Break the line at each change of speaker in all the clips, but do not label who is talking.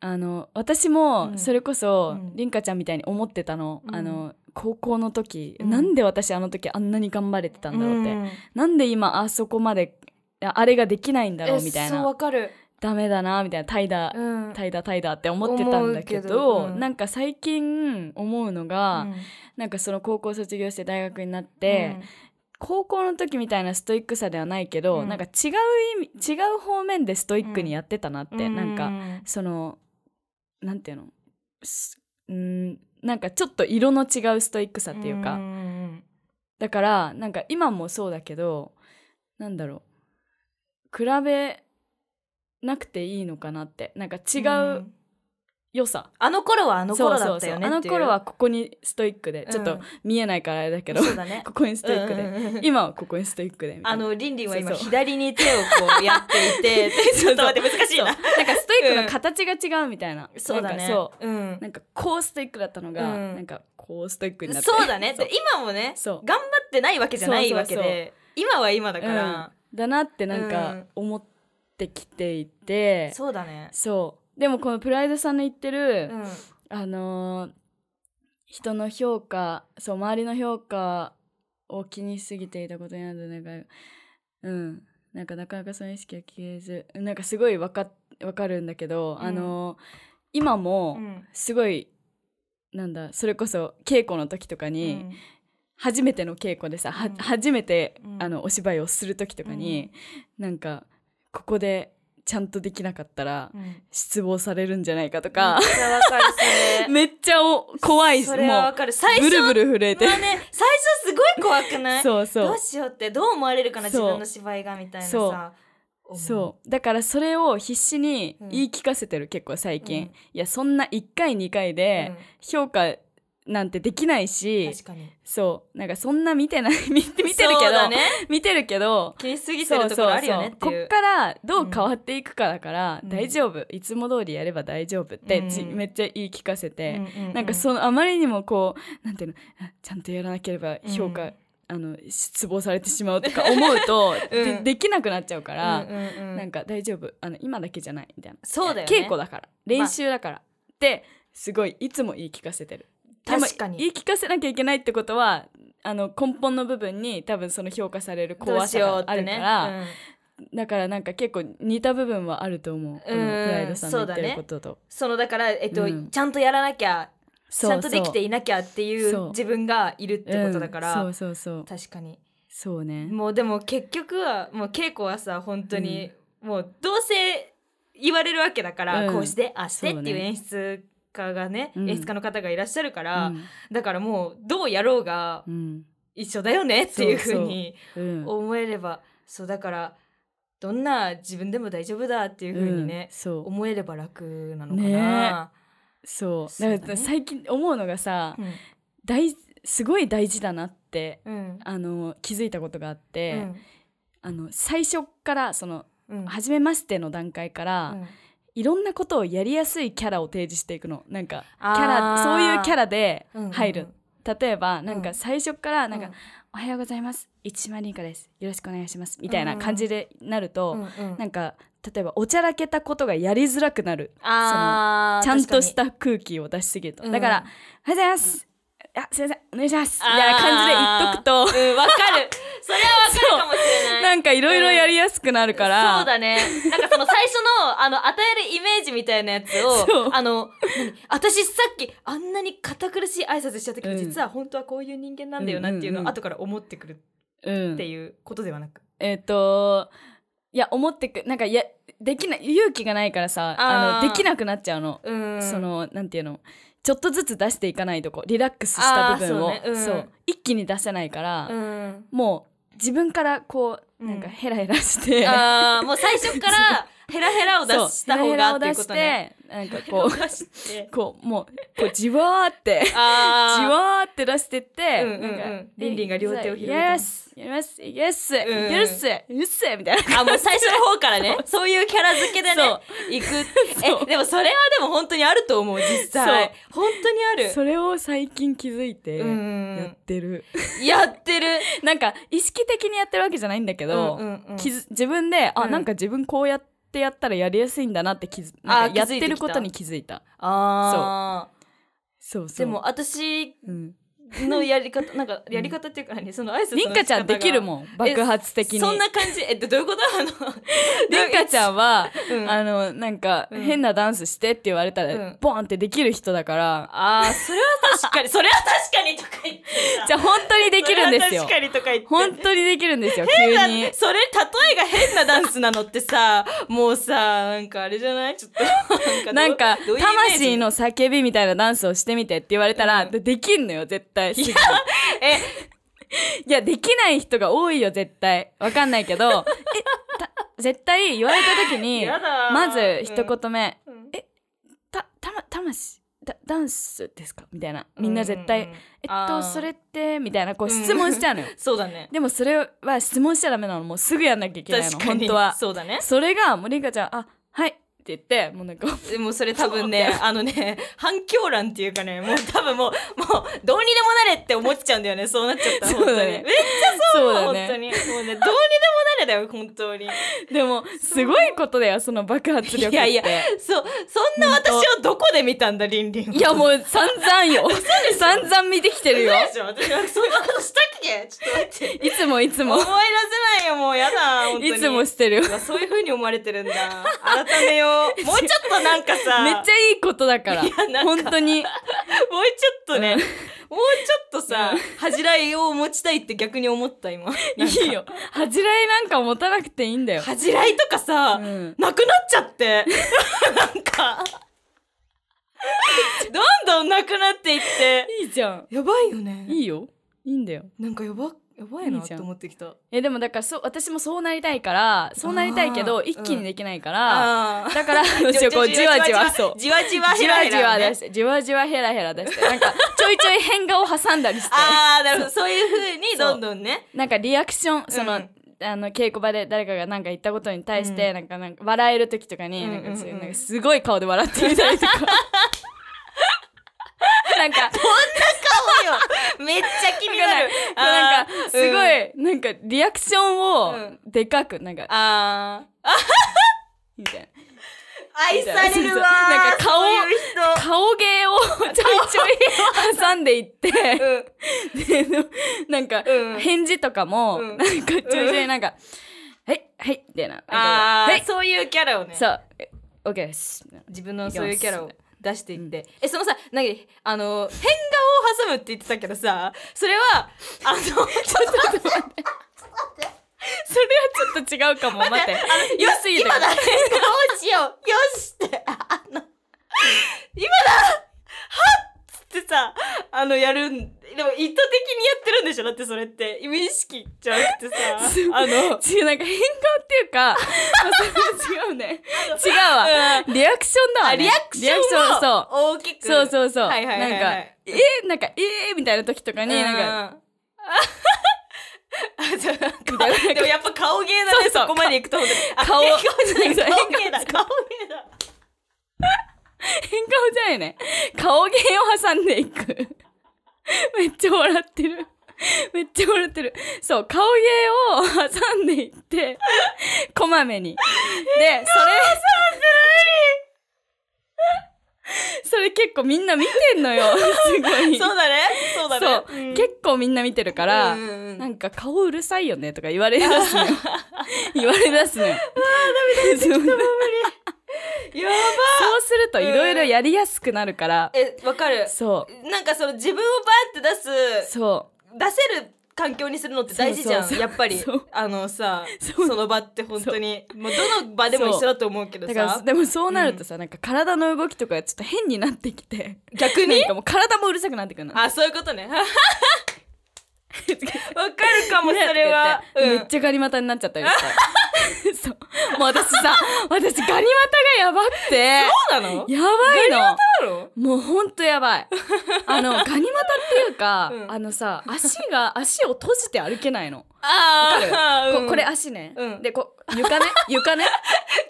あの私
う
も
ん
それこそ
うん
凛花、ちゃんみたいに思ってたの,、
うん
あの高校の時、
うん
なんで私あの時あんなに頑張れてたんだろうって、
うん
なんで今あそこまでああれができないんだろうみたい
えそう
な
わかる、
ダメだなみたいな怠惰、
うん
怠惰怠惰って思ってたんだけ
思
ど
うけどうん
なんか最近思うのが、
うん
なんかその高校卒業して大学になって、高校の時みたいなストイックさではないけど、
うん
なんか違う意味違う方面でストイックにやってたなっ
う
て、なんかそのなんていうのすうんなんかちょっと色の違うストイックさっていうか、
ん
だからなんか今もそうだけどなんだろう比べなくていいのかなってなんか違うん良さ、
あの頃はあの頃だったよね
あ
っ
の
ていう
頃はここにストイックで、
うん
ちょっと見えないからあれだけど
そうだね
ここにストイックで、
うん
今はここにストイックでみた
あ
いな。
のリンリンは今
そうそう
左に手をこうやってい てちょっと待って難しい
そうな
な
んかストイックの形が違うみたいな、
そうだ
な
ね、
んかそう
ん
う、なんかこうストイックだったのが、
うん
なんかこうストイックになって
そうだね
そう
で今もね
そう
頑張ってないわけじゃないわけ
そうそう
で今は今だから、
だなってなん
う
か
ん
思ってきていて、
そうだね
そうでもこのプライドさんの言ってる、
うん
あのー人の評価そう周りの評価を気にしすぎていたことになるなんかうんなんかなかなかその意識は消えずなんかすごいわかわかるんだけど、
うん
あのー今も
うん
すごい、なんだそれこそ稽古の時とかに、初めての稽古でさ、は
うん
初めて、
うん
あのお芝居をする時とかに、なんかここでちゃんとできなかったら
うんうん
失望されるんじゃないかとか
めっ、ちゃわかるそれ
めっちゃお怖い
それは
も
わ
う
かる最
ブ
初
ル
は
ブル震えて、
ね最初すごい怖くな い
そう
ど
そう
うしようってどう思われるかな自
そう
分の芝居がみたいな
そう
さ思
そうだからそれを必死に
うん
言い聞かせてる、結構最近、
うん
いやそんな1回2回
う
で評価なんてできない
ん
し、
確かに
そうなんかそんな見てない 見て見てる
そ
け
うだ
ど、
ね
見てるけど
気にしすぎてるところあるよねって
こ
い
っ
う
からどう変わっていくかだから、
うん
大丈夫いつも通りやれば大丈夫って、
うん
じめっちゃ言い聞かせて、
うう
なんかそのあまりにもこうなんていうのあちゃんとやらなければ評価、
うん
あの失望されてしまうとか思うと、
うん
でできなくなっちゃうから、
うんうんうん
なんか大丈夫あの今だけじゃないみたいな
そうだよね
稽古だから練習だから、ってすごいいつも言い聞かせてるでも
確かに
言い聞かせなきゃいけないってことはあの根本の部分に多分その評価される
ど
怖
うし
さ
よう
が
っ
あ
て
るか
ね
ら、
うん
だからなんか結構似た部分はあると思う、このプライドさんの言ってることと。
そのだからえっと
うん
ちゃんとやらなきゃち
そう
ゃんとできていなきゃってい
そう
う自分がいるってことだか
う
ら
んそうそうそう
確かに
そうね
もうでも結局はもう稽古はさ本当にもうどうせ言われるわけだから、
うん
こうしてああしてって
そう
いう
ね
演出家がね、
うん
演出家の方がいらっしゃるから、
うん
だからもうどうやろうが
うん
一緒だよねっていうふうに
うん
思えればそうだからどんな自分でも大丈夫だっていうふうに
うん
ね、
そう
思えれば楽なのか
ね
な。
そう
そうだ
だ
ね
から最近思うのがさ、
うん
大すごい大事だなって
うん
あの気づいたことがあって、
うん
あの最初からその
うん
初めましての段階から、
うん
いろんなことをやりやすいキャラを提示していくのなんかキ
あー
ャラそういうキャラで
うんうんうん
入る、例えばなん
う
か
ん
最初からなんか、
うん
おはようございます一島凛香ですよろしくお願いしますみたいな感じでなると、
うんうん
なんか例えばおちゃらけたことがやりづらくなる
あー
ちゃんとし
確か
た空気を出しすぎると、
うん
だから「おはようございます、あすいませんお願いします」み
に
たいな感じで 言っとくと、
あーうんわかるそれはわかるかもしれない
なんかいろいろやりやすくなるから、
そうだねなんかその最初のあの与えるイメージみたいなやつ
そう
をあの何私さっきあんなに堅苦しい挨拶しちゃったけど、
うん
実は本当はこういう人間なんだよなってい
う
う
んうんう
の
ん
を後から思ってくる
うん
っていうことではなく、
えっ、といや思ってくなんかいやできない勇気がないからさあ
あー
のできなくなっちゃうの、
うん
そのなんていうのちょっとずつ出していかないとこリラックスした部分を
あーそうねうん
一気に出せないから、
うん
もう自分からこうなんか
うん
ヘラヘラして、
あーもう最初からヘラヘラを出
そう
した方がっ
ヘ
てい
ラヘラを
う
出
こ
し
とね
てなんかこ
ヘラヘラを出して
うこうもうこうじわーって
あー
じわーって出してって、
うんうんうん
なんか
リンリンが両手を広げて
イエスイエスイエスイ
んうん
エスイエスみたいな感じ
あもう最初の方からね そういうキャラ付けでね
そう
行く
そう
えでもそれはでも本当にあると思う実際本当にある
それを最近気づいて
うんうん
やってる、
やってる
なんか意識的にやってるわけじゃないんだけど、
うんうんうん
気づ自分であ、
うん
なんか自分こうやっってやったらやりやすいんだなって気づ
あ
な
ー
んか
気
やっ
づいてき
て
た
ることに気づいた
ああ
そうそう
でも私
うん
のやり方なんかやり方っていうか何その挨拶の
りんかちゃんできる
ん
もん爆発的に
そんな感じえどどういうこと あの
りんかちゃんは、
うん
あのなんか、
うん
変なダンスしてって言われたら、
うん
ボンってできる人だから
あーそれは確か にそれは確かにとか言ってた
じゃあ本当にできるんですよ
それは確かにとか言って
本当にできるんですよ急に
それ例えが変なダンスなのってさ もうさなんかあれじゃないちょっとなんかど
なんか
うどういうイメージ
魂の叫びみたいなダンスをしてみてって言われたら、
うん
でできんのよ絶対いや
え
いやできない人が多いよ絶対わかんない けどえた絶対言われた時に
やだー
まず一言目
うんうん
え「たたま魂だダンスですか?」みたいな みんな絶対「
うんうんうん
えっ
あー
とそれって」みたいなこう
うん
質問しちゃうの よ、
そうだね
でもそれは質問しちゃダメなのもうすぐやんなきゃいけないの
確かに
本当は
そうだね
それがもうりんかちゃん「あはい」って言ってもうなんか
でも それ多 分ねあのね反響欄っていうかねもう多分もうもうどうにでもなれって思っちゃうんだよねそうなっちゃった
そ
本当
う
に
だ
めっ
ね
ちゃそう
そうだね
本当にもうねどうにでもなれだよ本当に
でもすごいことだよその爆発力って
いやいやそうそんな私をどこで見たんだりんりん
いやもう散々 よ散々見てきて
う
るよ
でしょ私はそんなことしたっけちょっと待って
いつもいつも
思い出せないよもうやだ本当に
いつもしてるよめっ
うわそういう風に思われてるんだ改め ようもうちょっとなんかさ
ちゃいいことだから
いやなんか
本当に
もうちょっとね、もうちょっとさ、恥じらいを持ちたいって逆に思った今。なんか
いいよ恥じらいなんか持たなくていいんだよ
恥じらいとかさ、
うん
なくなっちゃって。なん か、どんどんなくなっていって。
いいじゃん
やばいよね。
いいよいいんだよ
なんかやば、やばいない
いじ
と
ゃん
思ってきた。
えでもだからそう私もそうなりたいからそうなりたいけど
あー
一気にできないから、
あ
だ からどうしようこうじわじわそう
じわじわ
じ
ヘラ
わ
ヘ
じ
ラ
わ
ね
出してじわじわヘラヘラ出してなんかちょいちょい変顔挟んだりして
あーなるほどそういう風にどんどんね
なんかリアクションその、
うん
あの稽古場で誰かがなんか言ったことに対して、
うん
なんかなんか笑える時とかに、
うんうん
な
うんん
かそういうなんかすごい顔で笑ってみたり とかなんか
顔 よめっちゃ気に
な
なんる
かなんか
あー
すご
う
い、
ん
なんかリアクショ
う
ン
ん
をでかくなんか、
あ
みたいな
ー愛されるわー
なんか顔
そういう
顔芸 をちょいちょい挟んでいって
人
でなんか
うん
返事とかも、
うん
なんかちょいちょいなんか「はいはい」みたいななんか
あ
は
あ
い
そういうキャラをね
そうえ OK です」
自分のそういうキャラを
いき
出していって、えそのさなにあの変顔を挟むって言ってたけどさそれはあのちょっと待って
それはちょっと違うかも待って
よ
良
し
すぎ
今
た
だ変顔をしようよしってあの今だはっってさあのやるんでも意図的にやってるんでしょだってそれって無意識じゃなくてさあの
違うなんか変顔っていうかそれは違うね違うわリアクションだわ、
あ
ね、
リアクション
リアクション
も
そう
大きく
そうそうそう、
はいはいはいは
な
い
んかえーなんかえーみたいな時とかに、なんか
か。あじゃあ
みたいななん
で
か
もやっぱ顔芸だね
そうそう
そこまでいくと思ってあ
顔
変顔じゃない
そう
顔芸だ 顔芸だ
変顔じゃないね顔芸を挟んでいく めっちゃ笑ってるめっちゃ笑ってるそう顔芸を挟んでいってこまめにでそれそれ結構みんな見てんのよすごい
そうだねそうだね
そう、
うん
結構みんな見てるから、
うんうんうん
なんか顔うるさいよねとか言われ出す のよ言われ出すのよそうそ
や
うするといろいろやりやすくなるから
ば、えわかる
そ
なんかその自分をバーって出
う
す
そ
出せる環境にするのって大事じゃん
そうそうそう
やっぱり
そう
あのさ
そう
その場って本当にもうどの場でも一緒だと思うけ
う
ど
だから
さ
でもそうなるとさ、なんか体の動きとかちょっと変になってきて
逆
なん
に
かもう体もうるさくなってくるの
あそういうことね わかるかもそれ
っ
は
て言って
うん
めっちゃガニ股になっちゃったりしてそうもう私さ私ガニ股がやばくてや
そうなの
ばいの
そうなの
もうほんとやばい。あの、ガニ股っていうか、
うん
あのさ、足が、足を閉じて歩けないの。わか
あ
る
あ、
ここれ足ね。
うん
で、こう、床ね。床ね。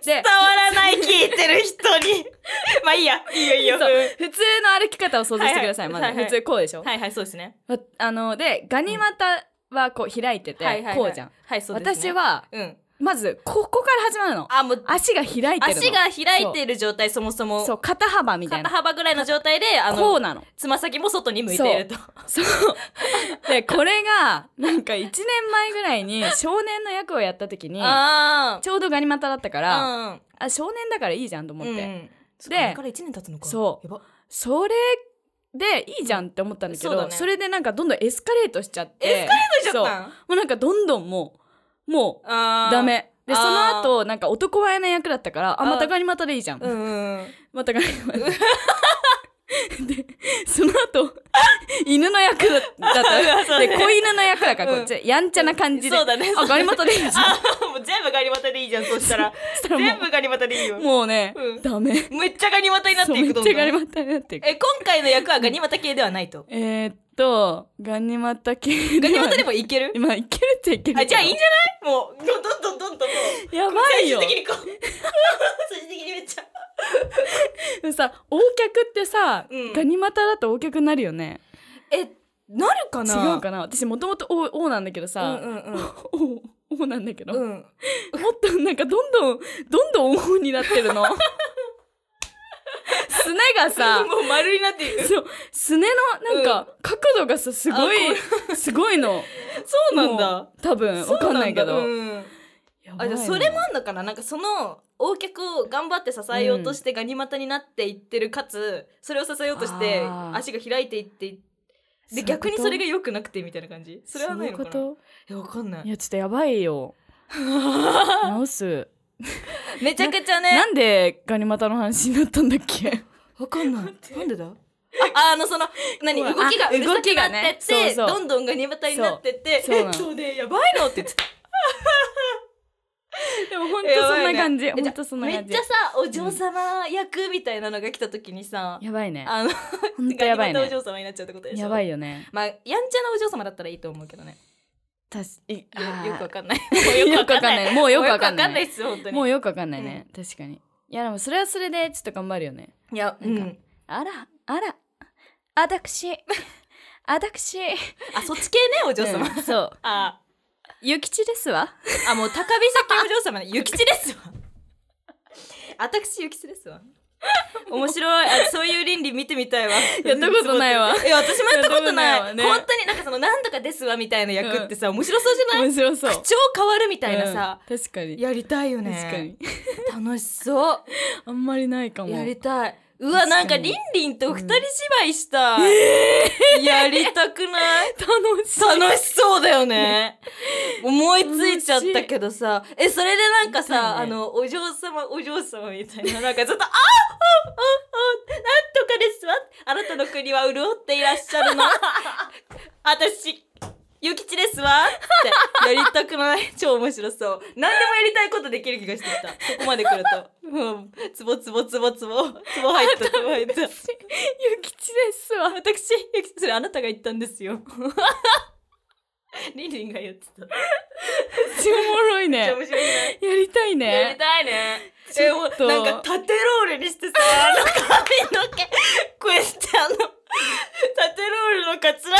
で、
伝わらない聞いてる人に まあいいやいいよいいよ
そう
う
普通の歩き方を想像してください、
はいは
まず、
いはいはい
普通こうでしょ、
んはいはいそうですね
わあの、で、ガニ股はこう開いてて、こうじゃん。
はいそうです
私
ね
は、
うん
右まずここから始まるの
あもう
足が開いてるの
足が開いている状態そもそも
そう肩幅みたい
肩
な
幅ぐらいの状態であ
こう
の
なの
つま先も外に向いていると
そうでこれがなんか1年前ぐらいに少年の役をやった時に
あ
ちょうどガニ股だったか
あ
ら、
うん
あ少年だからいいじゃんと思って、
うんそっ
で
かあれから1年経つのか
そう
やば
それでいいじゃんって思ったんだけど、
そう
そ
だね
れでなんかどんどんエスカレートしちゃって
エスカレーどうしちゃった
そうんもうなんかどんどんもうもう
あー
ダメで
あ
そ
ー
の後なんか男前の役だったからあ
あー
またガニ 股でいいじゃん、
うんうん
またガニ股ででその後犬の役だった
わ そうね
で子犬の役だからこっち、やんちゃな感じで、
そうだね
あガニ股でいいじゃんそ
あーもう全部ガニ股でいいじゃんそしたら
したら
全
も
部ガニ股でいいよ
うもうね、
うん
ダメ
めっちゃガニ股になっ
そう
て
め
い
っ
くどん
ち
ど
ゃ
ん
ガニ
え
股になっていく
今回の役はガニ股系ではないと
えー、っとガニ股系
ガ
で
ニ
は
股でもいける
今いけるっちゃいける
あじゃあいいん
じ
じゃないもうどんどんどんどんともう
やばいよ
最終的 にこう最終的にめっちゃ
でもさ横脚ってさ、
うん
ガニ股だと横脚になるよね
えなるか
違
な
うかな私もともと O なんだけどさ、
うんうん
おお O なんだけど、
う
もっ
んうん
となんかどんどんどんどん O になってる のすねがさ
もう丸になっていく
そうすねのなんか角度がさすごい、すごいの
そうなんだ
もう多分わかんないけど
そうなんだうん
やば
あ
い
じゃ
な
あそれもあんのかななんかその横脚を頑張って支えようとしてガニ股になっていってるかつそれを支えようとして
あー
足が開いていって
そう
で
いうこと
逆にそれが良くなくてみたいな感じそれはないのかな
そういうこ
えわかんな
とい
い
やちょっとやばいよ直す
めちゃくちゃね
なんでガニ股の話になったんだっけ
わかんないなんでだああのその何
ほ
動
ら
きが
あ
うるさくな
動きが
ってっ
ね
て、
そうそう
どんどんガニ股になってって
そうそうなの
そうねやばいのって言ってた
でも本当そんな感じ。
やばいね
本当そんな
めっ
感じ。
ちゃさお嬢様役みたいなのが来た時にさ、
やばいね。
あの
本当やばい
ガニ
ね
股。お嬢様になっちゃうってことでしょ
やばいよね。
まあ、やんちゃなお嬢様だったらいいと思うけどね。
たし、い、
よ
あー
よくわかんない。
よくわかんないもうよくわかんない
もうよくわかんないっすよ、本当に。
もうよくわかんないね。確かに。いやでもそれはそれでちょっと頑張るよね。
いや、う
なん
ん。
あら、あら、あたく し、あたくし。
あ、そっち系ね、お嬢様。
うんそう。
あ、
ゆきちですわ。
あ、もう高飛先お嬢様ね。ゆきちですわ。私、ゆきちですわ。面白いあそういう倫理見てみたいわ
やったことないわ
え私もやったことない
やったことないわね
本当になんかそのなんとかですわみたいな役ってさ、面白そうじゃない
面白そう。
口調変わるみたいなさ、
うん。確かに。
やりたいよ
確
ね
かに。
楽しそう
あんまりない かも。
やりたい。う
確か
わ、
に
なんか、りんりんと二人芝居したい。 やりたくない
楽しい。
楽しそうだ よね。思いついちゃったけどさ。え、それでなん
や
か
りた
さ、
い
あ
ね
の、お嬢様、お嬢様みたいな、なんかずっと、ああああなんとかですわ。あなたの国は潤っていらっしゃるの。私、ゆきちですわ。って、やりたくない。超面白そう。何でもやりたいことできる気がしてきた。ここまで来ると。うん。つぼつぼつぼつぼ。つぼ入った、つぼ入った。
ゆきちですわ。
私、ゆきちそれあなたが言ったんですよ。リンリンが言ってた。
おもろいね。
面白いね。
やりたいね。
やりたいね。
ちょっと
えもうなんか縦ロールにしてさ、あの髪の毛、こうやってあの、縦ロールのカツラ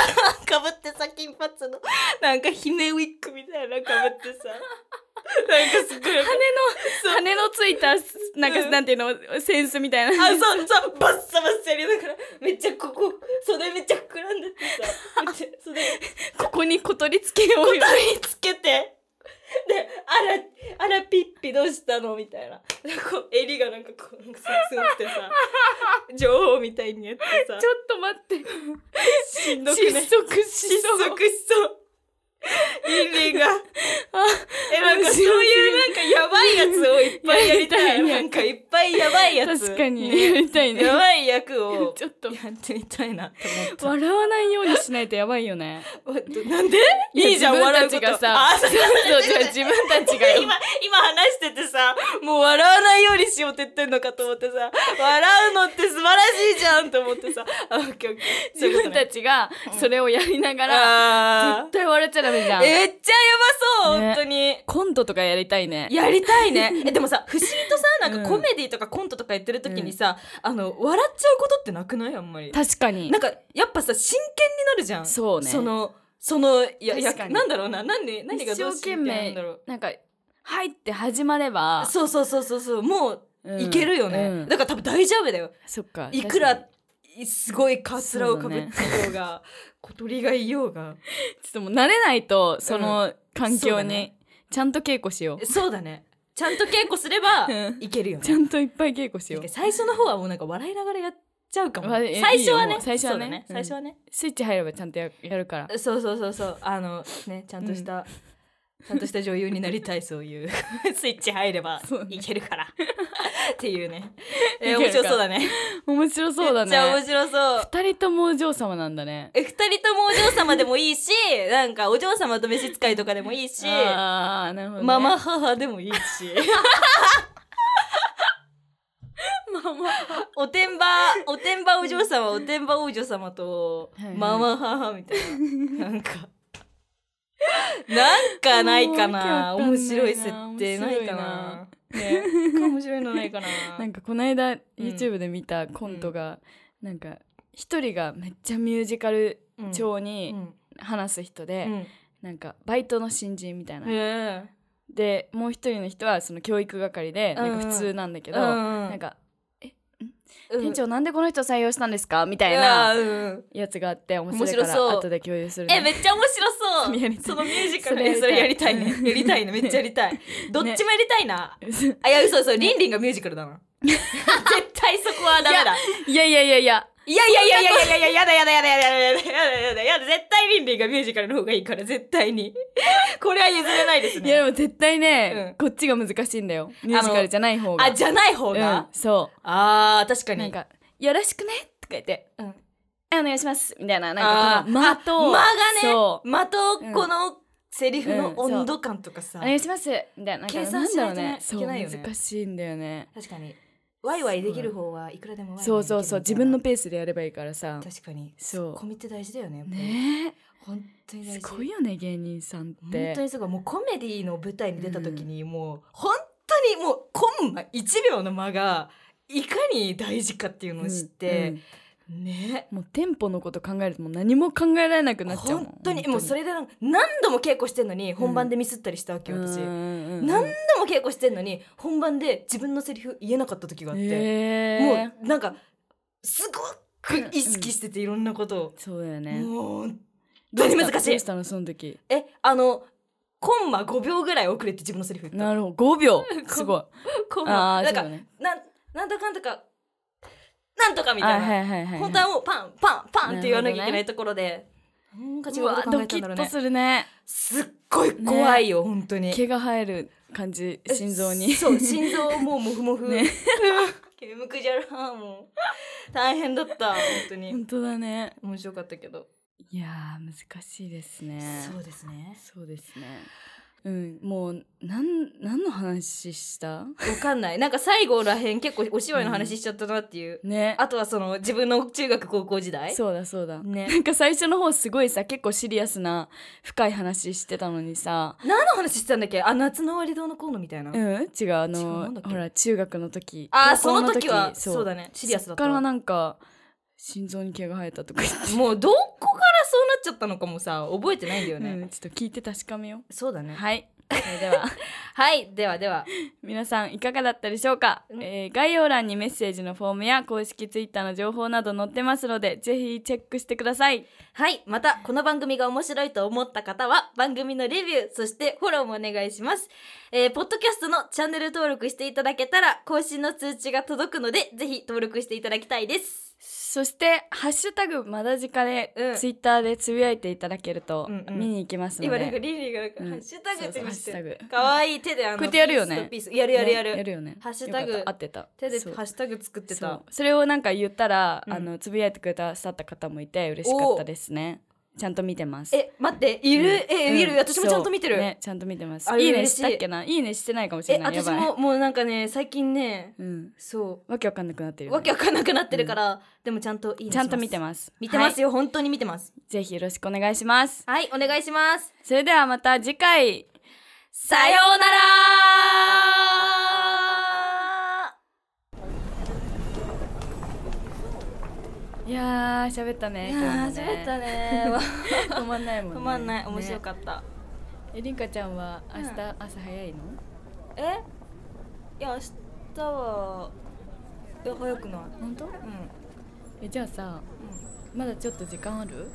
かぶってさ、金髪の、なんかひねウィッグみたいなのかぶってさ、なんかすごい。
羽の羽のついたなんか、
うん
なんていうのセンスみたいな
あ、そう、そう、バッサバッサやりながら、めっちゃここ、袖めっちゃ膨らんでてさ、めっちゃ袖、
ここに小鳥つけようよ
取りつけて、で、あら、あらピッピどうしたのみたいな。でこう、襟がなんかこう、なんかさすごくて さ、女王みたいにやってさ、
ちょっと待 って
しんどく
窒
ね。
息し
失
そう
速しそう。リンリンが。
あ
え、なんかそういうなんかやばいやつをいっぱいやりた
や
い。
りたいね
なんかいっぱいやばいやつ。
確かに、
ね
やりたいね
やばい役を
ちょっと
やってみたいなって思った。
笑わないようにしないとやばいよね
なんでいいじゃん、
自分
笑
た
う
ち
こと。
がさ
あ、そう
そうじゃあ自分たちが
今、今話しててさ、もう笑わないようにしようって言ってんのかと思ってさ、笑うのって素晴らしいじゃんと思ってさ、あ、オッケーオッケー。
自分た
ち
ちがそれをやりながら
ら
絶対笑っちゃダメじゃん
めっちゃやばそう、
ね
本当に。
コントとかやりたいね
やりた いね。え、でもさ、不思議とさ、なん
うん
かコメディとかコントとかやってる時にさ、あの、笑っちゃうことってなくないあんまり。
確かに
なんか、やっぱさ、真剣になるじゃん。
そうね
その、その、いや、いや
確かに
なんだろうな、なんで、何が
一
ど
生
うし
懸
ようってなん
命
だろう。
なんか入って始まれば、
そうそうそうそうそうもう
うん
いけるよね、
うん
だから多分大丈夫だよ
そっか
いく
確から
すごいカツラをか
そう
ぶ
だ
って
ね
ようが小鳥がいようが
にちょっともう慣れないとその環
そう
境
だ
に、
ね
ちゃんと稽古しよう
そうだねちゃんと稽古すれば
うん
いけるよ ね
ちゃんといっぱい稽古しよ
なん
う
か最初の方はもうなんか笑いながらやっちゃうかも
わえ
最初はい
い
ね
よ最初はね
そうだ
うん
最初はね
スイッチ入ればちゃんとややるから
そうそうそうそうあのねちゃんとした、ちゃんとした女優になりたいそう いうスイッチ入れば
そうね
いけるから っていうね、えー
いける
面
から
白そうだね
面白そうだ
めっちゃ
ね
面白そう
二人ともお嬢様なんだね
え二人ともお嬢様でもいいし なんかお嬢様と召使いとかでもいいし
ああなるほど、ね、
ママ母でもいいし
ママ
おてんばおてんばお嬢様おてんば王女様と
はいはい
ママ母みたいななんかなんかないかな
もう
面
わけ
白
わ
い設
かんない
定
な
ないかなね面白いのないかな
なんかこの間 YouTube で見たコントが、なんか一人がめっちゃミュージカル
うん
調
う
に
ん
話す人で、
うん
なんかバイトの新人みたいな、
へ
でもう一人の人はその教育係でなんか普通なんだけ
え
ど、なんか「
うん
店長なんでこの人採用したんですか?」みたいうな
わうん
やつがあって面白いか
面白そう
ら後で共有するね、
えめっちゃ面白
や
そ
り
う
たい
そのミュージカ
そ
ル
れやりたい
えそれやりたいね
うん
やりたいねめっちゃやりたいどっちもやりたいなあいや嘘嘘リンリンがミュージカルだな絶対そこはダメだ
いやいやいやいや
いやいやいやいやいやいややだやだやだやだやだやだやだやだ絶対リンリンがミュージカルの方がいいから絶対にこれは譲れないです
いや
ね
でも絶対ね、こっちが難しいんだよミュージカルじゃない方が
あじゃない方が、
うん、そ
あー確か
うな
に
んか「よろしくね」とか言って
うん
「あお願いします」みたいなな
あ
んか
ー
この間と
あ間がね
そ
まと
うん
このセリフの
うんそう
温度感とかさ、
う「お願いします」みたいななんか
計算し
な
なんい
だろ
と
う
ね
ねそ
いけ
う
ないよね
難しいんだよね
確かにワイワイできる方はいくらでもワイワイ
そうそうそう
でき
自
るみたい
分
な
のペースでやればいいからさ
確かに
そう
コミって大事だよねやっぱり
ね
本当に
え
大事
すごいよね芸人さんっ
本当
て
にすごいもうコメディの舞台に出た時にもう本当にもうコンマ1秒の間がいかに大事かっていうのを知って、ね
うんもうテンポのこと考えるともう何も考えられなくなっちゃうもん
本当にもうそ
れ
れでなんか何度も稽古してんのに本番でミスったりしたわけよ私、何度も稽古してんのに本番で自分のセリフ言えなかった時があって、
え
もうなんかすごく意識してていろんなことを、
そうだよね
もう本当に難し
ど
いう
したのその時
えあのコンマ5秒ぐらい遅れて自分のセリフ言った
なるほど5秒 すごい
コン
あ
マ
あ
な
そ
ん
う
か
だね
なんなんとかなんとかなんとかみた
あ
いな、
はいはいはいい
本当はもうパンパンパンって言わなきゃいけ
な
な
る
いところで、なんか違う
うわ
こと考
ド
えた
キ
んだろ
ッ
う
と
ね
するね
すっごい怖いよ、本当に
毛が生える感じ心臓に
えそう心臓もうモフモフ、
ね
毛むくじゃらんもう大変だった本当に
本当だね
面白かったけど、
いやー難しいですね
そうですね
そうですねうんもうなん何の話した
わかんないなんか最後らへん結構お芝居の話しちゃったなっていう、
ね
あとはその自分の中学高校時代
そうだそうだ
ね
なんか最初の方すごいさ結構シリアスな深い話してたのにさ
何の話してたんだっけあ夏の終わりどうのこうのみたいな、
うん違うあ
違うな
の
んだっけ
ほら中学の時
あ
高
ー
校
その時はそう
そう
だねシリアスだっ
そ
た
っから
わ
なんか心臓に毛が生えたとか言って
もうどこからそうなっちゃったのかもさ覚えてないんだよね、
うん、ちょっと聞いて確かめよ
そうだ
う。
ね
はい。それで は
はいではでは
皆さんいかがだったでしょうか、
うん
えー概要欄にメッセージのフォームや公式ツイッターの情報など載ってますのでぜひチェックしてください
はいまたこの番組が面白いと思った方は番組のレビューそしてフォローもお願いします、えーポッドキャストのチャンネル登録していただけたら更新の通知が届くのでぜひ登録していただきたいです
そして「ハッシュタグまだじか」で
うん
ツイッターでつぶやいていただけると
うんうん
見に行きますの
今
で、
なんかリリーがなんか
うん
ハッシュタグって
そうそうハッ
見せ
シュ
て
タグ
かわいい手であの
こうやってやるよね
ピースとピースやるやるやる、
ねやるよね
ハッシュタグ
よかった合ってた
手で
そ
ハ
う
ッシュタグ作って
そ
た
うそれをなんか言ったら、
うん
あのつぶやいてくださった方もいて嬉しかったですねちゃんと見てます
え待っている、え
うん
いる私もちゃんと見てる、
そうねちゃんと見てます
あれ
いいね
嬉し
し
い
たっけないいねしてないかもしれ
え
ないや
私
ばい
ももうなんかね最近ね
うん
そ
わけわかんなくなって
う
るよね
わけわかんなくなってるから、でもちゃんといいね
ちゃんと見て
す
ます
見てます
よ、
よ、本当に見てます
はいぜひよろしくお願いします
はいお願いします
それではまた次回
さようなら
いやー喋ったね
いやー喋った ね
た止まんないもんね
止まんない面白
っ
かった、
た、ねえりんかちゃんは明日朝早いの、
えいや明日はいや早くない
本当
うん
えじゃあさまだちょっと時間ある